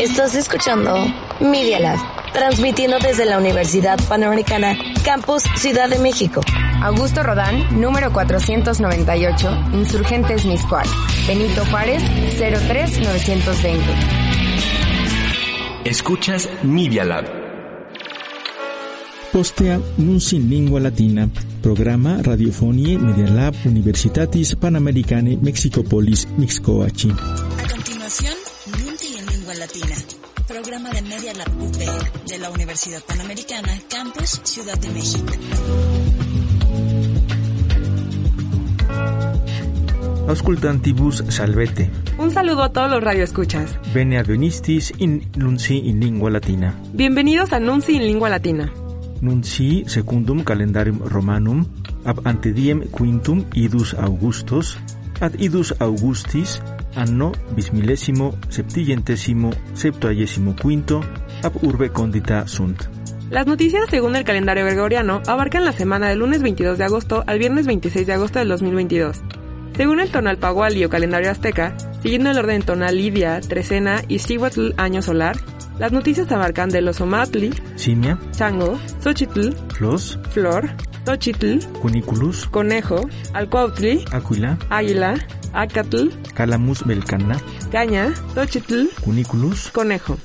Estás escuchando Media Lab, transmitiendo desde la Universidad Panamericana, Campus Ciudad de México. Augusto Rodán, número 498, Insurgentes Miscual. Benito Juárez, 03920. Escuchas Media Lab. Postea Nunc in Lingua Latina, programma Radiofonie Media Lab Universitatis Panamericane Mexicopolis Mixcoachi. A continuación, Nunti en Lengua Latina, programa de Media Lab UP de la Universidad Panamericana, Campus Ciudad de México. Auscultantibus salvete, Un saludo a todos los radioescuchas. bene advenistis in nunci in lingua latina. Bienvenidos a Nunci en Lingua Latina. Nunci secundum calendarium Romanum ab antediem quintum idus Augustos ad idus Augustis anno bismillesimo septientesimo septuagesimo quinto ab urbe condita sunt. Las noticias según el calendario gregoriano abarcan la semana del lunes 22 de agosto al viernes 26 de agosto del 2022. Según el tonal Paguali o calendario azteca, siguiendo el orden tonal Lidia, Trecena y Xihuatl año solar, las noticias abarcan de los Omatli, Simia, Chango, Xochitl, flos, Flor, Tochitl, cuniculus, Conejo, Alcuautli, aquila, Águila, Acatl, calamus belcana, Caña, Tochitl, cuniculus, Conejo.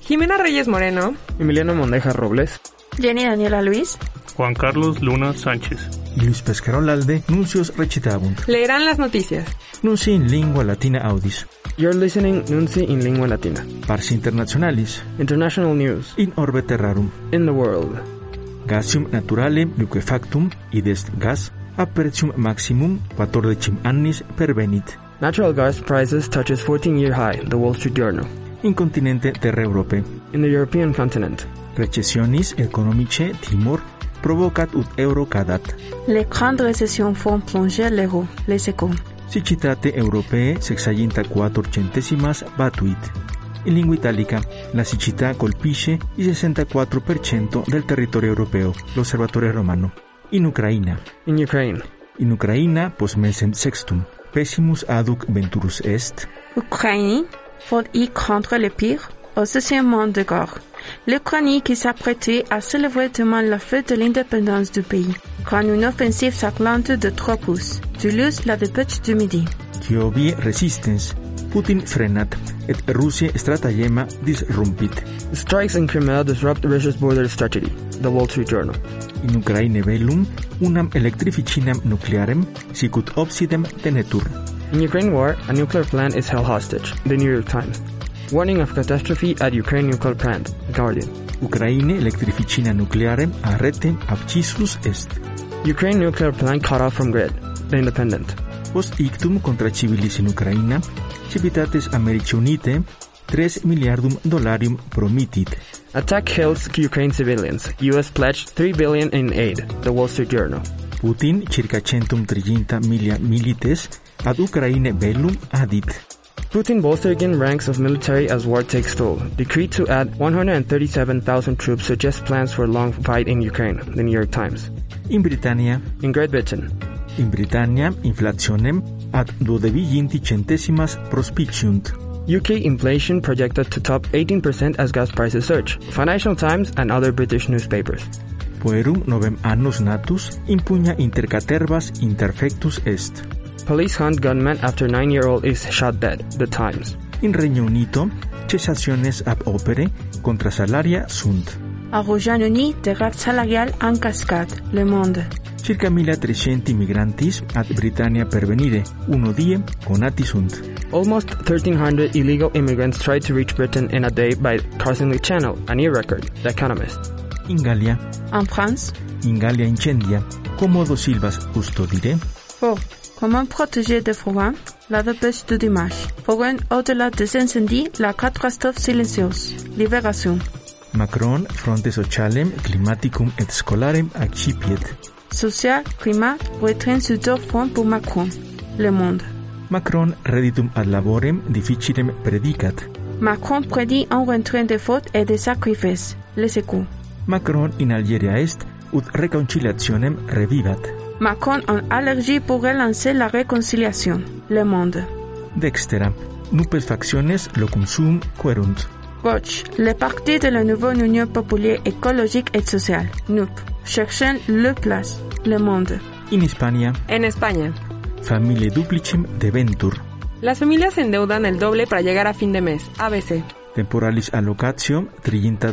Jimena Reyes Moreno, Emiliano Mondeja Robles. Jenny Daniela Luis, Juan Carlos Luna Sánchez. Ius pescarolalde, nuncios recitabunt, leerán las noticias. nunci in lingua latina audis, You're listening Nunci in Lingua Latina. pars internationalis, International news in orbe terrarum, in the world. Gasium naturale liquefactum idest gas a tertium maximum 14 annis pervenit Natural gas prices touches 14-year high, The Wall Street Journal. in continente terre Europe. In the European continent. Recessionis economice timor provocat ut euro cadat. les grandes récessions font plonger l'euro, les secondes. Sicitate europee sexaginta quator centesimas batuit. In lingua italica, la siccità colpisce il 64% del territorio europeo, l'osservatore romano. In Ucraina, In Ukraine. in Ucraina post mensem sextum, pessimus aduc venturus est, Ukraine pour y contre le pire au cessez-le-feu de guerre. L'Ukraine qui s'apprêtait à célébrer demain la fête de l'indépendance du pays, quand une offensive s'acclante de trois pouces. Toulouse, la dépêche du midi. Kiovi resistens, Putin frenat, et Russia stratagema disrumpit. Strikes in Crimea disrupt Russia's border strategy. The Wall Street Journal. In Ukraine velum, unam electrificinam nuclearem, sicut obsidem tenetur. In Ukraine war, a nuclear plant is held hostage. The New York Times. Warning of catastrophe at Ukraine nuclear plant. The Guardian. Ukraine electrificina nuclearem arretem abcisus est. Ukraine nuclear plant cut off from grid. The Independent. Post ictum contra civilis in Ucraina, civitates Americi unite, 3 miliardum dollarium promitit. Attack kills Ukraine civilians. U.S. pledged 3 billion in aid. The Wall Street Journal. Putin circa centum triginta milia milites ad Ucraine velum adit. Putin bolstered in ranks of military as war takes toll. Decree to add 137,000 troops suggests plans for long fight in Ukraine, the New York Times. In Britannia, In Great Britain, In Britannia inflationem ad duodeviginti centesimas prospiciunt. UK inflation projected to top 18% as gas prices surge. Financial Times and other British newspapers. Puerum novem annus natus impugna intercatervas interfectus est. Police hunt gunman after 9-year-old is shot dead. The Times. In Regno Unito cessationes ab opere contra salaria sunt. À Rojanoni, des grèves salariales en cascade. Le Monde. Circa 1300 migrantis ad Britannia pervenire, uno die conati sunt. Almost 1,300 illegal immigrants tried to reach Britain in a day by crossing the Channel, a new record. The Economist. In Gallia, En France, in Gallia incendia, comodo silvas custodire, Pour Comment protéger des forains La dépêche du dimanche. Forain au-delà des incendies, la catastrophe silencieuse. Libération. Macron fronte socialem climaticum et scolarem accipiet. Social, climat, retrait sur deux fronts pour Macron. Le Monde. Macron reditum ad laborem difficilem predicat. Macron prédit un retrait des fautes et des sacrifices. Les échos. Macron in Algeria est ut reconciliationem revivat. Macron en allergie pour relancer la réconciliation. Le Monde. Dextera. Nupes facciones locum querunt. Gauche, le parti de la nouvelle Union populaire écologique et sociale, NUP, cherchant le place, le monde. In Hispania, En España, familie duplicem deventur. las familias se endeudan el doble para llegar a fin de mes, ABC. Temporalis allocatio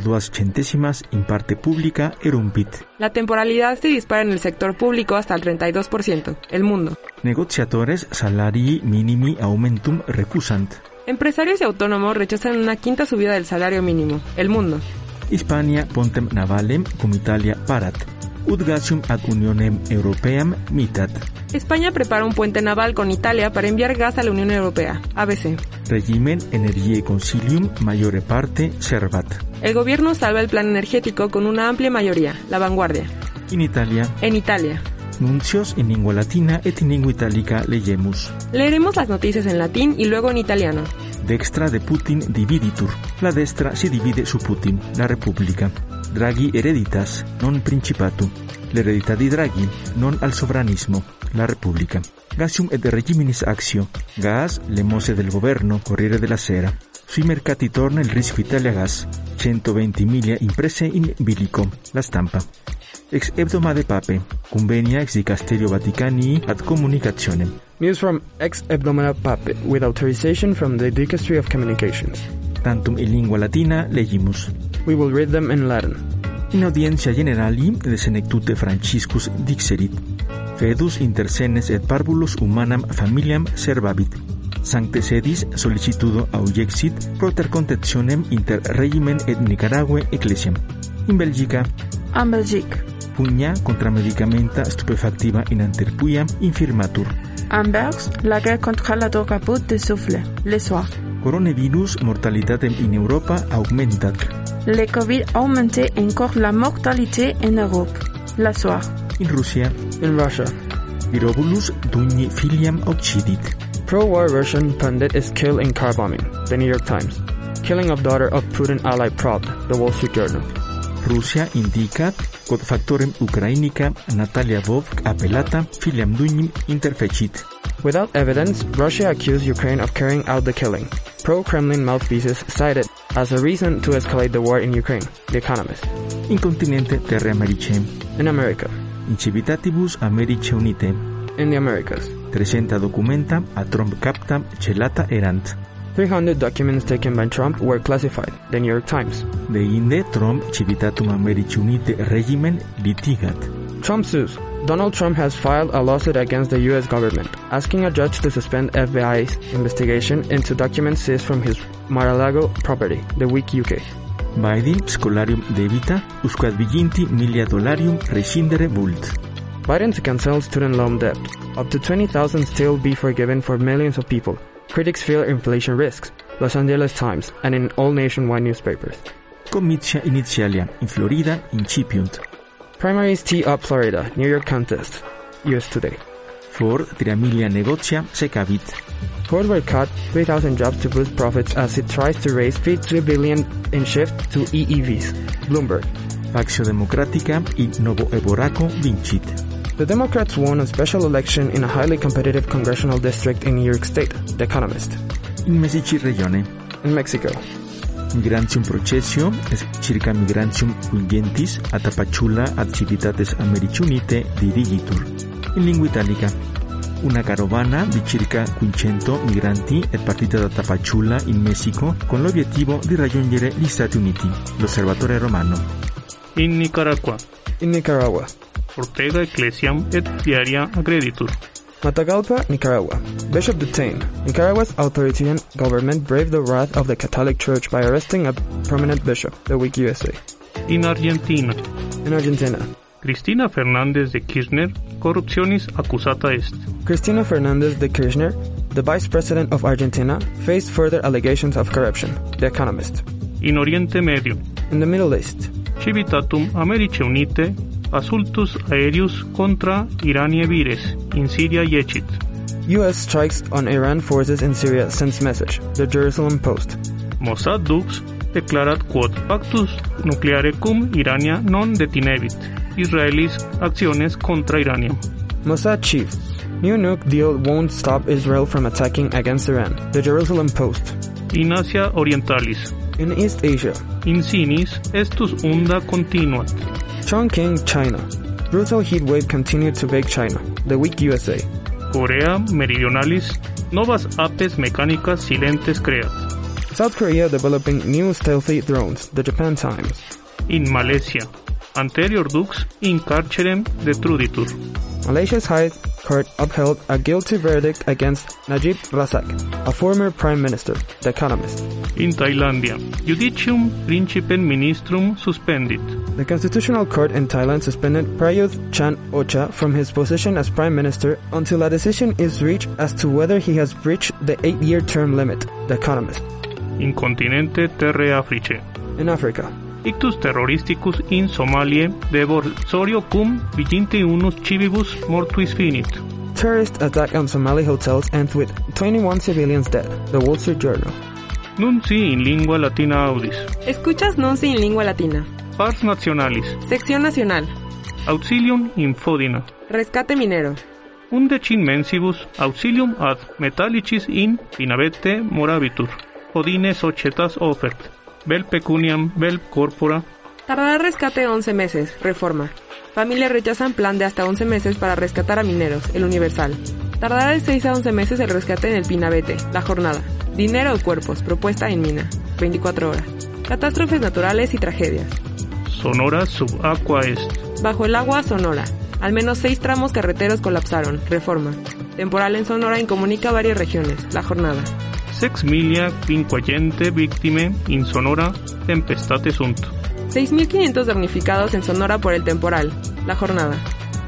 duas centesimas in parte publica erumpit. La temporalidad se dispara en el sector público hasta el 32%, el mundo. Negotiatores salarii minimi aumentum recusant. Empresarios y autónomos rechazan una quinta subida del salario mínimo, el mundo. Hispania pontem navalem cum Italia parat. Ut gasium ad Unionem Europeam mitat. España prepara un puente naval con Italia para enviar gas a la Unión Europea, ABC. Regimen energiae concilium maiore parte servat. El gobierno salva el plan energético con una amplia mayoría, la vanguardia. In Italia, En Italia, nuncios in lingua latina et in lingua italica legemus. leeremos las noticias en latín y luego en italiano. Dextra de Putin dividitur. La destra si divide su Putin, la Repubblica. Draghi hereditas, non principatu. L'eredità di Draghi, non al sovranismo, la Repubblica. Gasium et regimenis axio. Gas, le mosse del governo, Corriere della Sera. Sui mercati torna il rischio Italia Gas. 120 milia imprese in bilico, la stampa. Ex hebdomade pape, convenia ex dicasterio Vaticani ad comunicationem. News from ex Abdominal Pape with authorization from the Dicastery of Communications. Tantum in lingua latina legimus. We will read them in Latin. In audientia generali de senectute Franciscus dixerit, fedus inter senes et parvulus humanam familiam servabit, sancte sedis sollicitudo audiexit proter contentionem inter regimen et Nicarague ecclesiam. In Belgica, En Belgique, pugna contra medicamenta stupefactiva in anterpuia infirmatur. en Berge, la guerre contre la drogue à bout de souffle, le soir. Coronavirus mortalitatem in Europa augmentat. Le Covid a augmenté encore la mortalité en Europe, le soir. In Russia, In Russia, virobulus dugni filiam occidit. pro war Russian pundit is killed in car bombing. The New York Times. Killing of daughter of Putin ally prompt. The Wall Street Journal. Rusia indicat quod factorem ucrainica Natalia Vovk appellata filiam dunim interfecit. Without evidence, Russia accused Ukraine of carrying out the killing. Pro Kremlin mouthpieces cited as a reason to escalate the war in Ukraine. The Economist. In continente terre americem, In America. in civitatibus Americe unite, In the Americas. trecenta documenta a Trump captam celata erant. 300 documents taken by Trump were classified. The New York Times. De inde Trump civitatum Americe unite regimen litigat. Trump sues. Donald Trump has filed a lawsuit against the U.S. government, asking a judge to suspend FBI's investigation into documents seized from his Mar-a-Lago property, the Week UK. Biden scolarium debita usquad viginti milia dollarium rescindere vult. Biden to cancel student loan debt. Up to 20,000 still be forgiven for millions of people. Critics fear inflation risks. Los Angeles Times and in all nationwide newspapers. Comitia initialia in Florida incipiunt. Primaries tee up Florida, New York contest. U.S. Today. For tiramilia negotia secavit. Ford will cut 3,000 jobs to boost profits as it tries to raise 3 billion in shift to EEVs. Bloomberg. Acción Democrática y Novo Eboraco Vincit. The Democrats won a special election in a highly competitive congressional district in New York State, The Economist. In Mesici Regione, In Mexico, Migrantium Processio, es circa Migrantium Quingentis, Atapachula ad Civitates Americunite dirigitur. In lingua italica, una carovana di circa 500 migranti è partita da Tapachula in Messico con l'obiettivo di raggiungere gli Stati Uniti, l'osservatore romano. In Nicaragua, in Nicaragua, Ortega Ecclesiam et Diaria Agreditur. Matagalpa, Nicaragua. Bishop detained. Nicaragua's authoritarian government braved the wrath of the Catholic Church by arresting a prominent bishop, the Week USA. In Argentina, In Argentina, Cristina Fernández de Kirchner, corruptionis accusata est. Cristina Fernandez de Kirchner, the vice president of Argentina, faced further allegations of corruption, The Economist. In Oriente Medio, In the Middle East, Civitatum Americe Unite, Asultus Aerius contra Iranie Vires, in Siria Yechit. U.S. strikes on Iran forces in Syria sends message, The Jerusalem Post. Mossad Dux declarat quod pactus nucleare cum Irania non detinebit. Israelis acciones contra Irania. Mossad chief, New nuke deal won't stop Israel from attacking against Iran. The Jerusalem Post. In Asia Orientalis, In East Asia, in sinis estus unda continuat. Chongqing, China. Brutal heat wave continued to bake China. The Week USA. Corea Meridionalis, novas apes mecánicas silentes creat. South Korea developing new stealthy drones. The Japan Times. In Malesia, anterior dux in carcerem detruditur. Malaysia's High Court upheld a guilty verdict against Najib Razak, a former prime minister. The Economist. In Tailandia, judicium principem ministrum suspendit. The Constitutional Court in Thailand suspended Prayuth Chan Ocha from his position as Prime Minister until a decision is reached as to whether he has breached the eight-year term limit. The Economist. In continente terre Africe, In Africa, ictus terroristicus in Somalie deborsorio cum viginti unus civibus mortuis finit. terrorist attack on Somali hotels ends with 21 civilians dead. The Wall Street Journal. Nunci in lingua latina audis. Escuchas Nonce en Lengua Latina. Pars nationalis. Sección Nacional. Auxilium infodina. Rescate minero. Undecin mensibus auxilium ad metallicis in finabete morabitur. Odine societas offert. Vel pecuniam, vel corpora. Tardará rescate 11 meses. Reforma. Familias rechazan plan de hasta 11 meses para rescatar a mineros. El Universal. Tardará de 6 a 11 meses el rescate en el Pinabete. La jornada. Dinero o cuerpos. Propuesta en mina. 24 horas. Catástrofes naturales y tragedias. Sonora sub aqua est. Bajo el agua, Sonora. Al menos seis tramos carreteros colapsaron. Reforma. Temporal en Sonora incomunica varias regiones. La jornada. Sex milia quinquagente victime in sonora tempestate sunt. 6.500 damnificados en Sonora por el temporal. La jornada.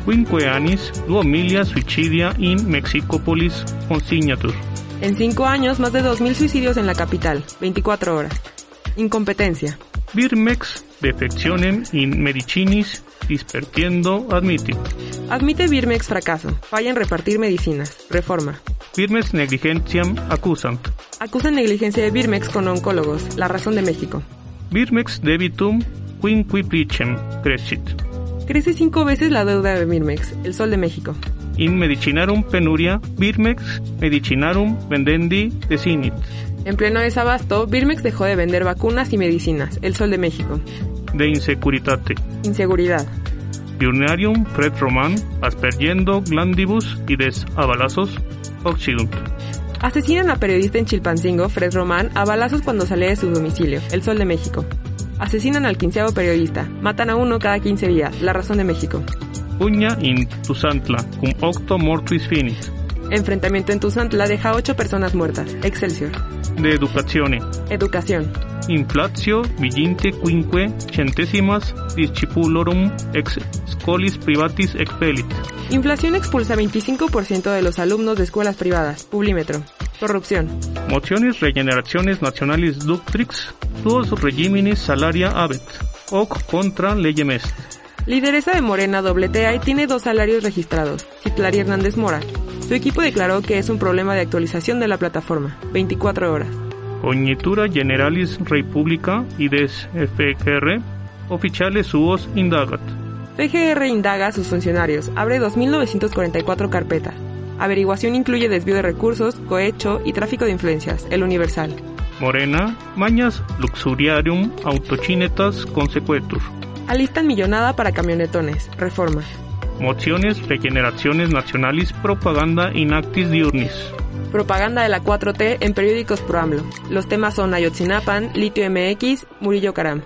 Quinque annis duo milia suicidia in Mexicopolis consignatur. En cinco años, más de 2.000 suicidios en la capital. 24 horas. Incompetencia. Birmex defectionem in medicinis dispertiendo admitit. Admite Birmex fracaso. Falla en repartir medicinas. Reforma. Firmes negligentiam accusant. Acusan negligencia de Birmex con oncólogos. La razón de México. Birmex debitum quinquiplicem crescit. Crece cinco veces la deuda de Birmex. El sol de México. In medicinarum penuria, Birmex medicinarum vendendi desinit. En pleno desabasto, Birmex dejó de vender vacunas y medicinas. El Sol de México. De insecuritate. Inseguridad. Diurnarium fred roman, aspergiendo glandibus ides a balazos, occidunt. Asesinan a periodista en Chilpancingo, Fred Román, a balazos cuando salía de su domicilio. El Sol de México. Asesinan al quinceavo periodista. Matan a uno cada 15 días. La razón de México. Pugna in Tusantla, cum octo mortuis finit. Enfrentamiento en Tuzantla deja ocho personas muertas. Excelsior. De educatione. Educación. Inflatio viginte quinque centesimas discipulorum ex scolis privatis expelit. Inflación expulsa 25% de los alumnos de escuelas privadas. Publímetro. Corrupción. Mociones regeneraciones nacionales ductrix, duos regiminis salaria habet, hoc contra legem est. Lideresa de Morena dobletea y tiene dos salarios registrados. Citlari Hernández Mora. Su equipo declaró que es un problema de actualización de la plataforma. 24 horas. Cognitura generalis rei publica ides FGR, oficiales suos indagat. PGR indaga a sus funcionarios. Abre 2.944 carpetas. Averiguación incluye desvío de recursos, cohecho y tráfico de influencias. El Universal. Morena, mañas luxuriarum autochinetas consequetur. Alistan millonada para camionetones. Reforma. Mociones regeneraciones nacionales propaganda in actis diurnis. Propaganda de la 4T en periódicos pro AMLO. Los temas son Ayotzinapan, Litio MX, Murillo Caram.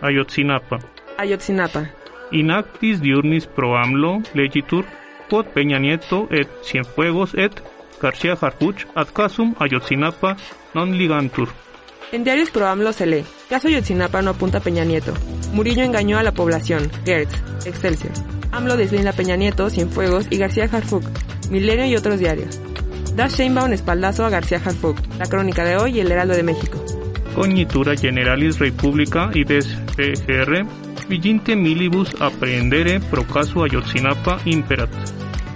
Ayotzinapa. Ayotzinapa. In actis diurnis pro AMLO legitur quod Peña Nieto et Cienfuegos et García Harfuch ad casum Ayotzinapa non ligantur. En diarios ProAMLO se lee, caso Yotzinapa no apunta a Peña Nieto. Murillo engañó a la población, Gertz, Excelsior. AMLO deslinda a Peña Nieto, Cienfuegos y García Harfuch, Milenio y otros diarios. Da Sheinbaum espaldazo a García Harfuch, La Crónica de Hoy y El Heraldo de México. Cognitura Generalis Republica ides PGR E viginte milibus apprehendere pro casu Ayotzinapa imperat.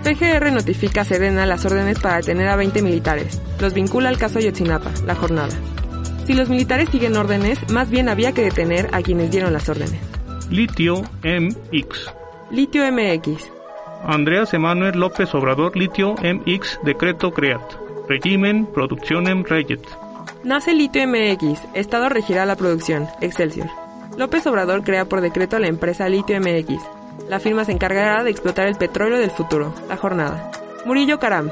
PGR notifica a Sedena las órdenes para detener a 20 militares. Los vincula al caso Yotzinapa, La Jornada. Si los militares siguen órdenes, más bien había que detener a quienes dieron las órdenes. Litio MX. Litio MX. Andreas Emanuel López Obrador Litio MX Decreto Creat. Regimen Productionem Reget. Nace Litio MX, Estado regirá la producción, Excelsior. López Obrador crea por decreto a la empresa Litio MX. La firma se encargará de explotar el petróleo del futuro, la jornada. Murillo Caram,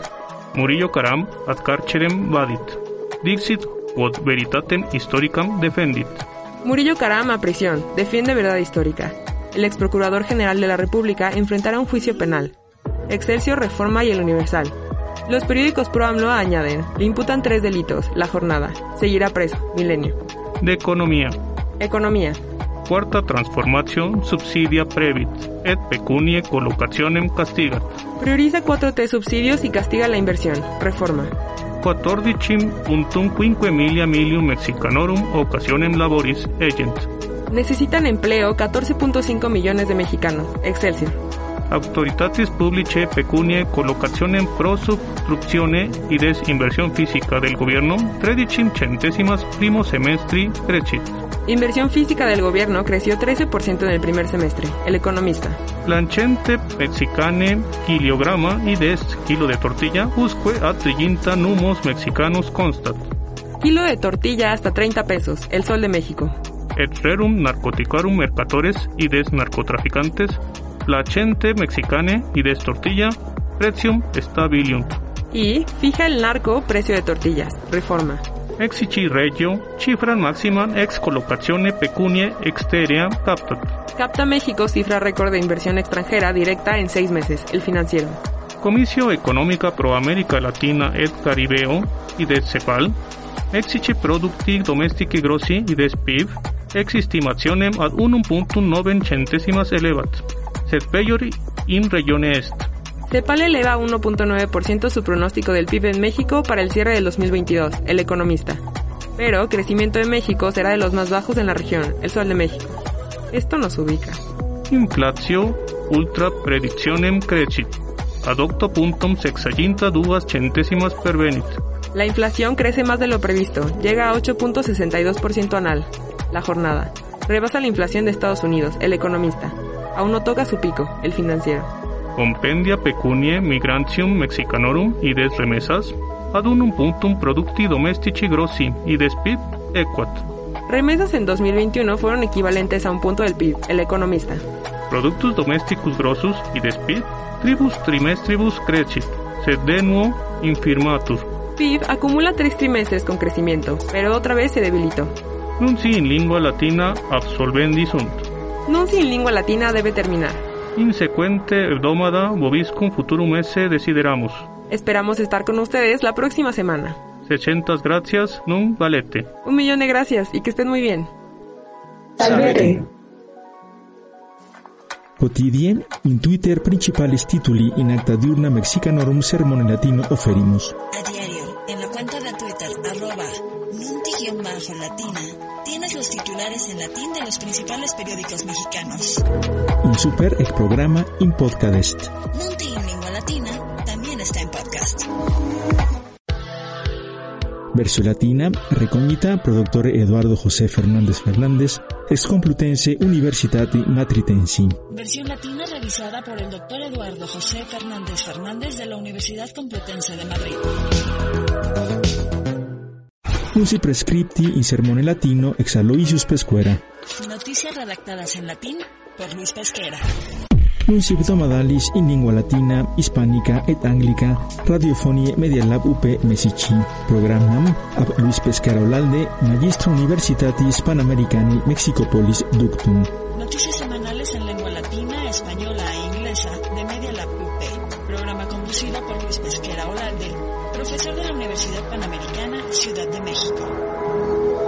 Murillo Caram ad carcerem vadit. Dixit quod veritatem historicam defendit. Murillo Caram a prisión, defiende verdad histórica. El ex procurador general de la República enfrentará un juicio penal. Excelsior Reforma y el Universal. Los periódicos pro AMLO añaden, le imputan tres delitos, la jornada, seguirá preso, milenio. De economía. Economía, Cuarta transformación subsidia previt et pecunie collocationem castigat. prioriza 4T subsidios y castiga la inversión, reforma. Quatordicim puntum quinque milia milium mexicanorum occasionem laboris egent. Necesitan empleo 14.5 millones de mexicanos, Excelsior. Autoritatis publicae pecunie collocationem pro substructione ides inversión física del gobierno tredicim centesimas primo semestri crecit. Inversión física del gobierno creció 13% en el primer semestre, El Economista. Plancente mexicane kilograma ides kilo de tortilla usque ad triginta numos mexicanos constat. Kilo de tortilla hasta 30 pesos, El Sol de México. et rerum narcoticarum mercatores y des narcotraficantes, placente mexicane y des tortilla, pretium stabilium, Y fija el narco precio de tortillas, reforma. exici regio, cifran maximam ex collocatione pecunie exterea captat, Capta México cifra récord de inversión extranjera directa en seis meses, El Financiero. comicio economica pro America Latina et Caribeo y des cepal, exici producti domestici grossi y des PIB, ex estimationem ad 1.9 centesimas elevat, sed peior in regione est. Cepal eleva 1.9% su pronóstico del PIB en México para el cierre del 2022, El Economista. Pero crecimiento de México será de los más bajos en la región, El Sol de México. Esto nos ubica. Inflatio ultra predictionem crecit. Ad octo puntum sexaginta duas centesimas pervenit. La inflación crece más de lo previsto, llega a 8.62% anual. La jornada. Rebasa la inflación de Estados Unidos, El Economista. Aún no toca su pico, El Financiero. Compendia pecunie migrantium mexicanorum ides remesas. Ad unum puntum producti domestici grossi ides PIB equat. Remesas en 2021 fueron equivalentes a un punto del PIB, El Economista. Productus domesticus grossus ides PIB tribus trimestribus crecit. Sed de nuo infirmatur. PIB acumula tres trimestres con crecimiento, pero otra vez se debilitó. Nunci in lingua latina absolvendi sunt. Nunci en lingua latina debe terminar. Insequente hebdomada bobiscum futurum esse desideramus. Esperamos estar con ustedes la próxima semana. 600 gracias, nun valete. Un millón de gracias y que estén muy bien. Quotidien in Twitter principales tituli in acta diurna mexicanorum sermone latino offerimus. A diario, en la cuenta de Twitter, arroba nunti-latina, tienes los titulares en latín de los principales periódicos mexicanos. In super ec programa in podcast. Nunti en lengua latina también está en podcast. Verso Latina, recognita productore Eduardo José Fernández Fernández, ex Complutense Universitati Matritensi. Versión latina revisada por el doctor Eduardo José Fernández Fernández de la Universidad Complutense de Madrid. Usi prescripti in sermone latino ex Aloysius Pescuera. Noticias redactadas en latín por Luis Pesquera. Nuncip domadalis in lingua latina, hispánica et anglica, radiofonie Media Lab UP Mesici. Programam ab Luis Pescara Olalde, Magistra Universitatis Panamericani Mexicopolis Ductum. Noticias semanales en lengua latina, española e inglesa de Media Lab UP. Programa conducido por Luis Pesquera Olalde, profesor de la Universidad Panamericana, Ciudad de México.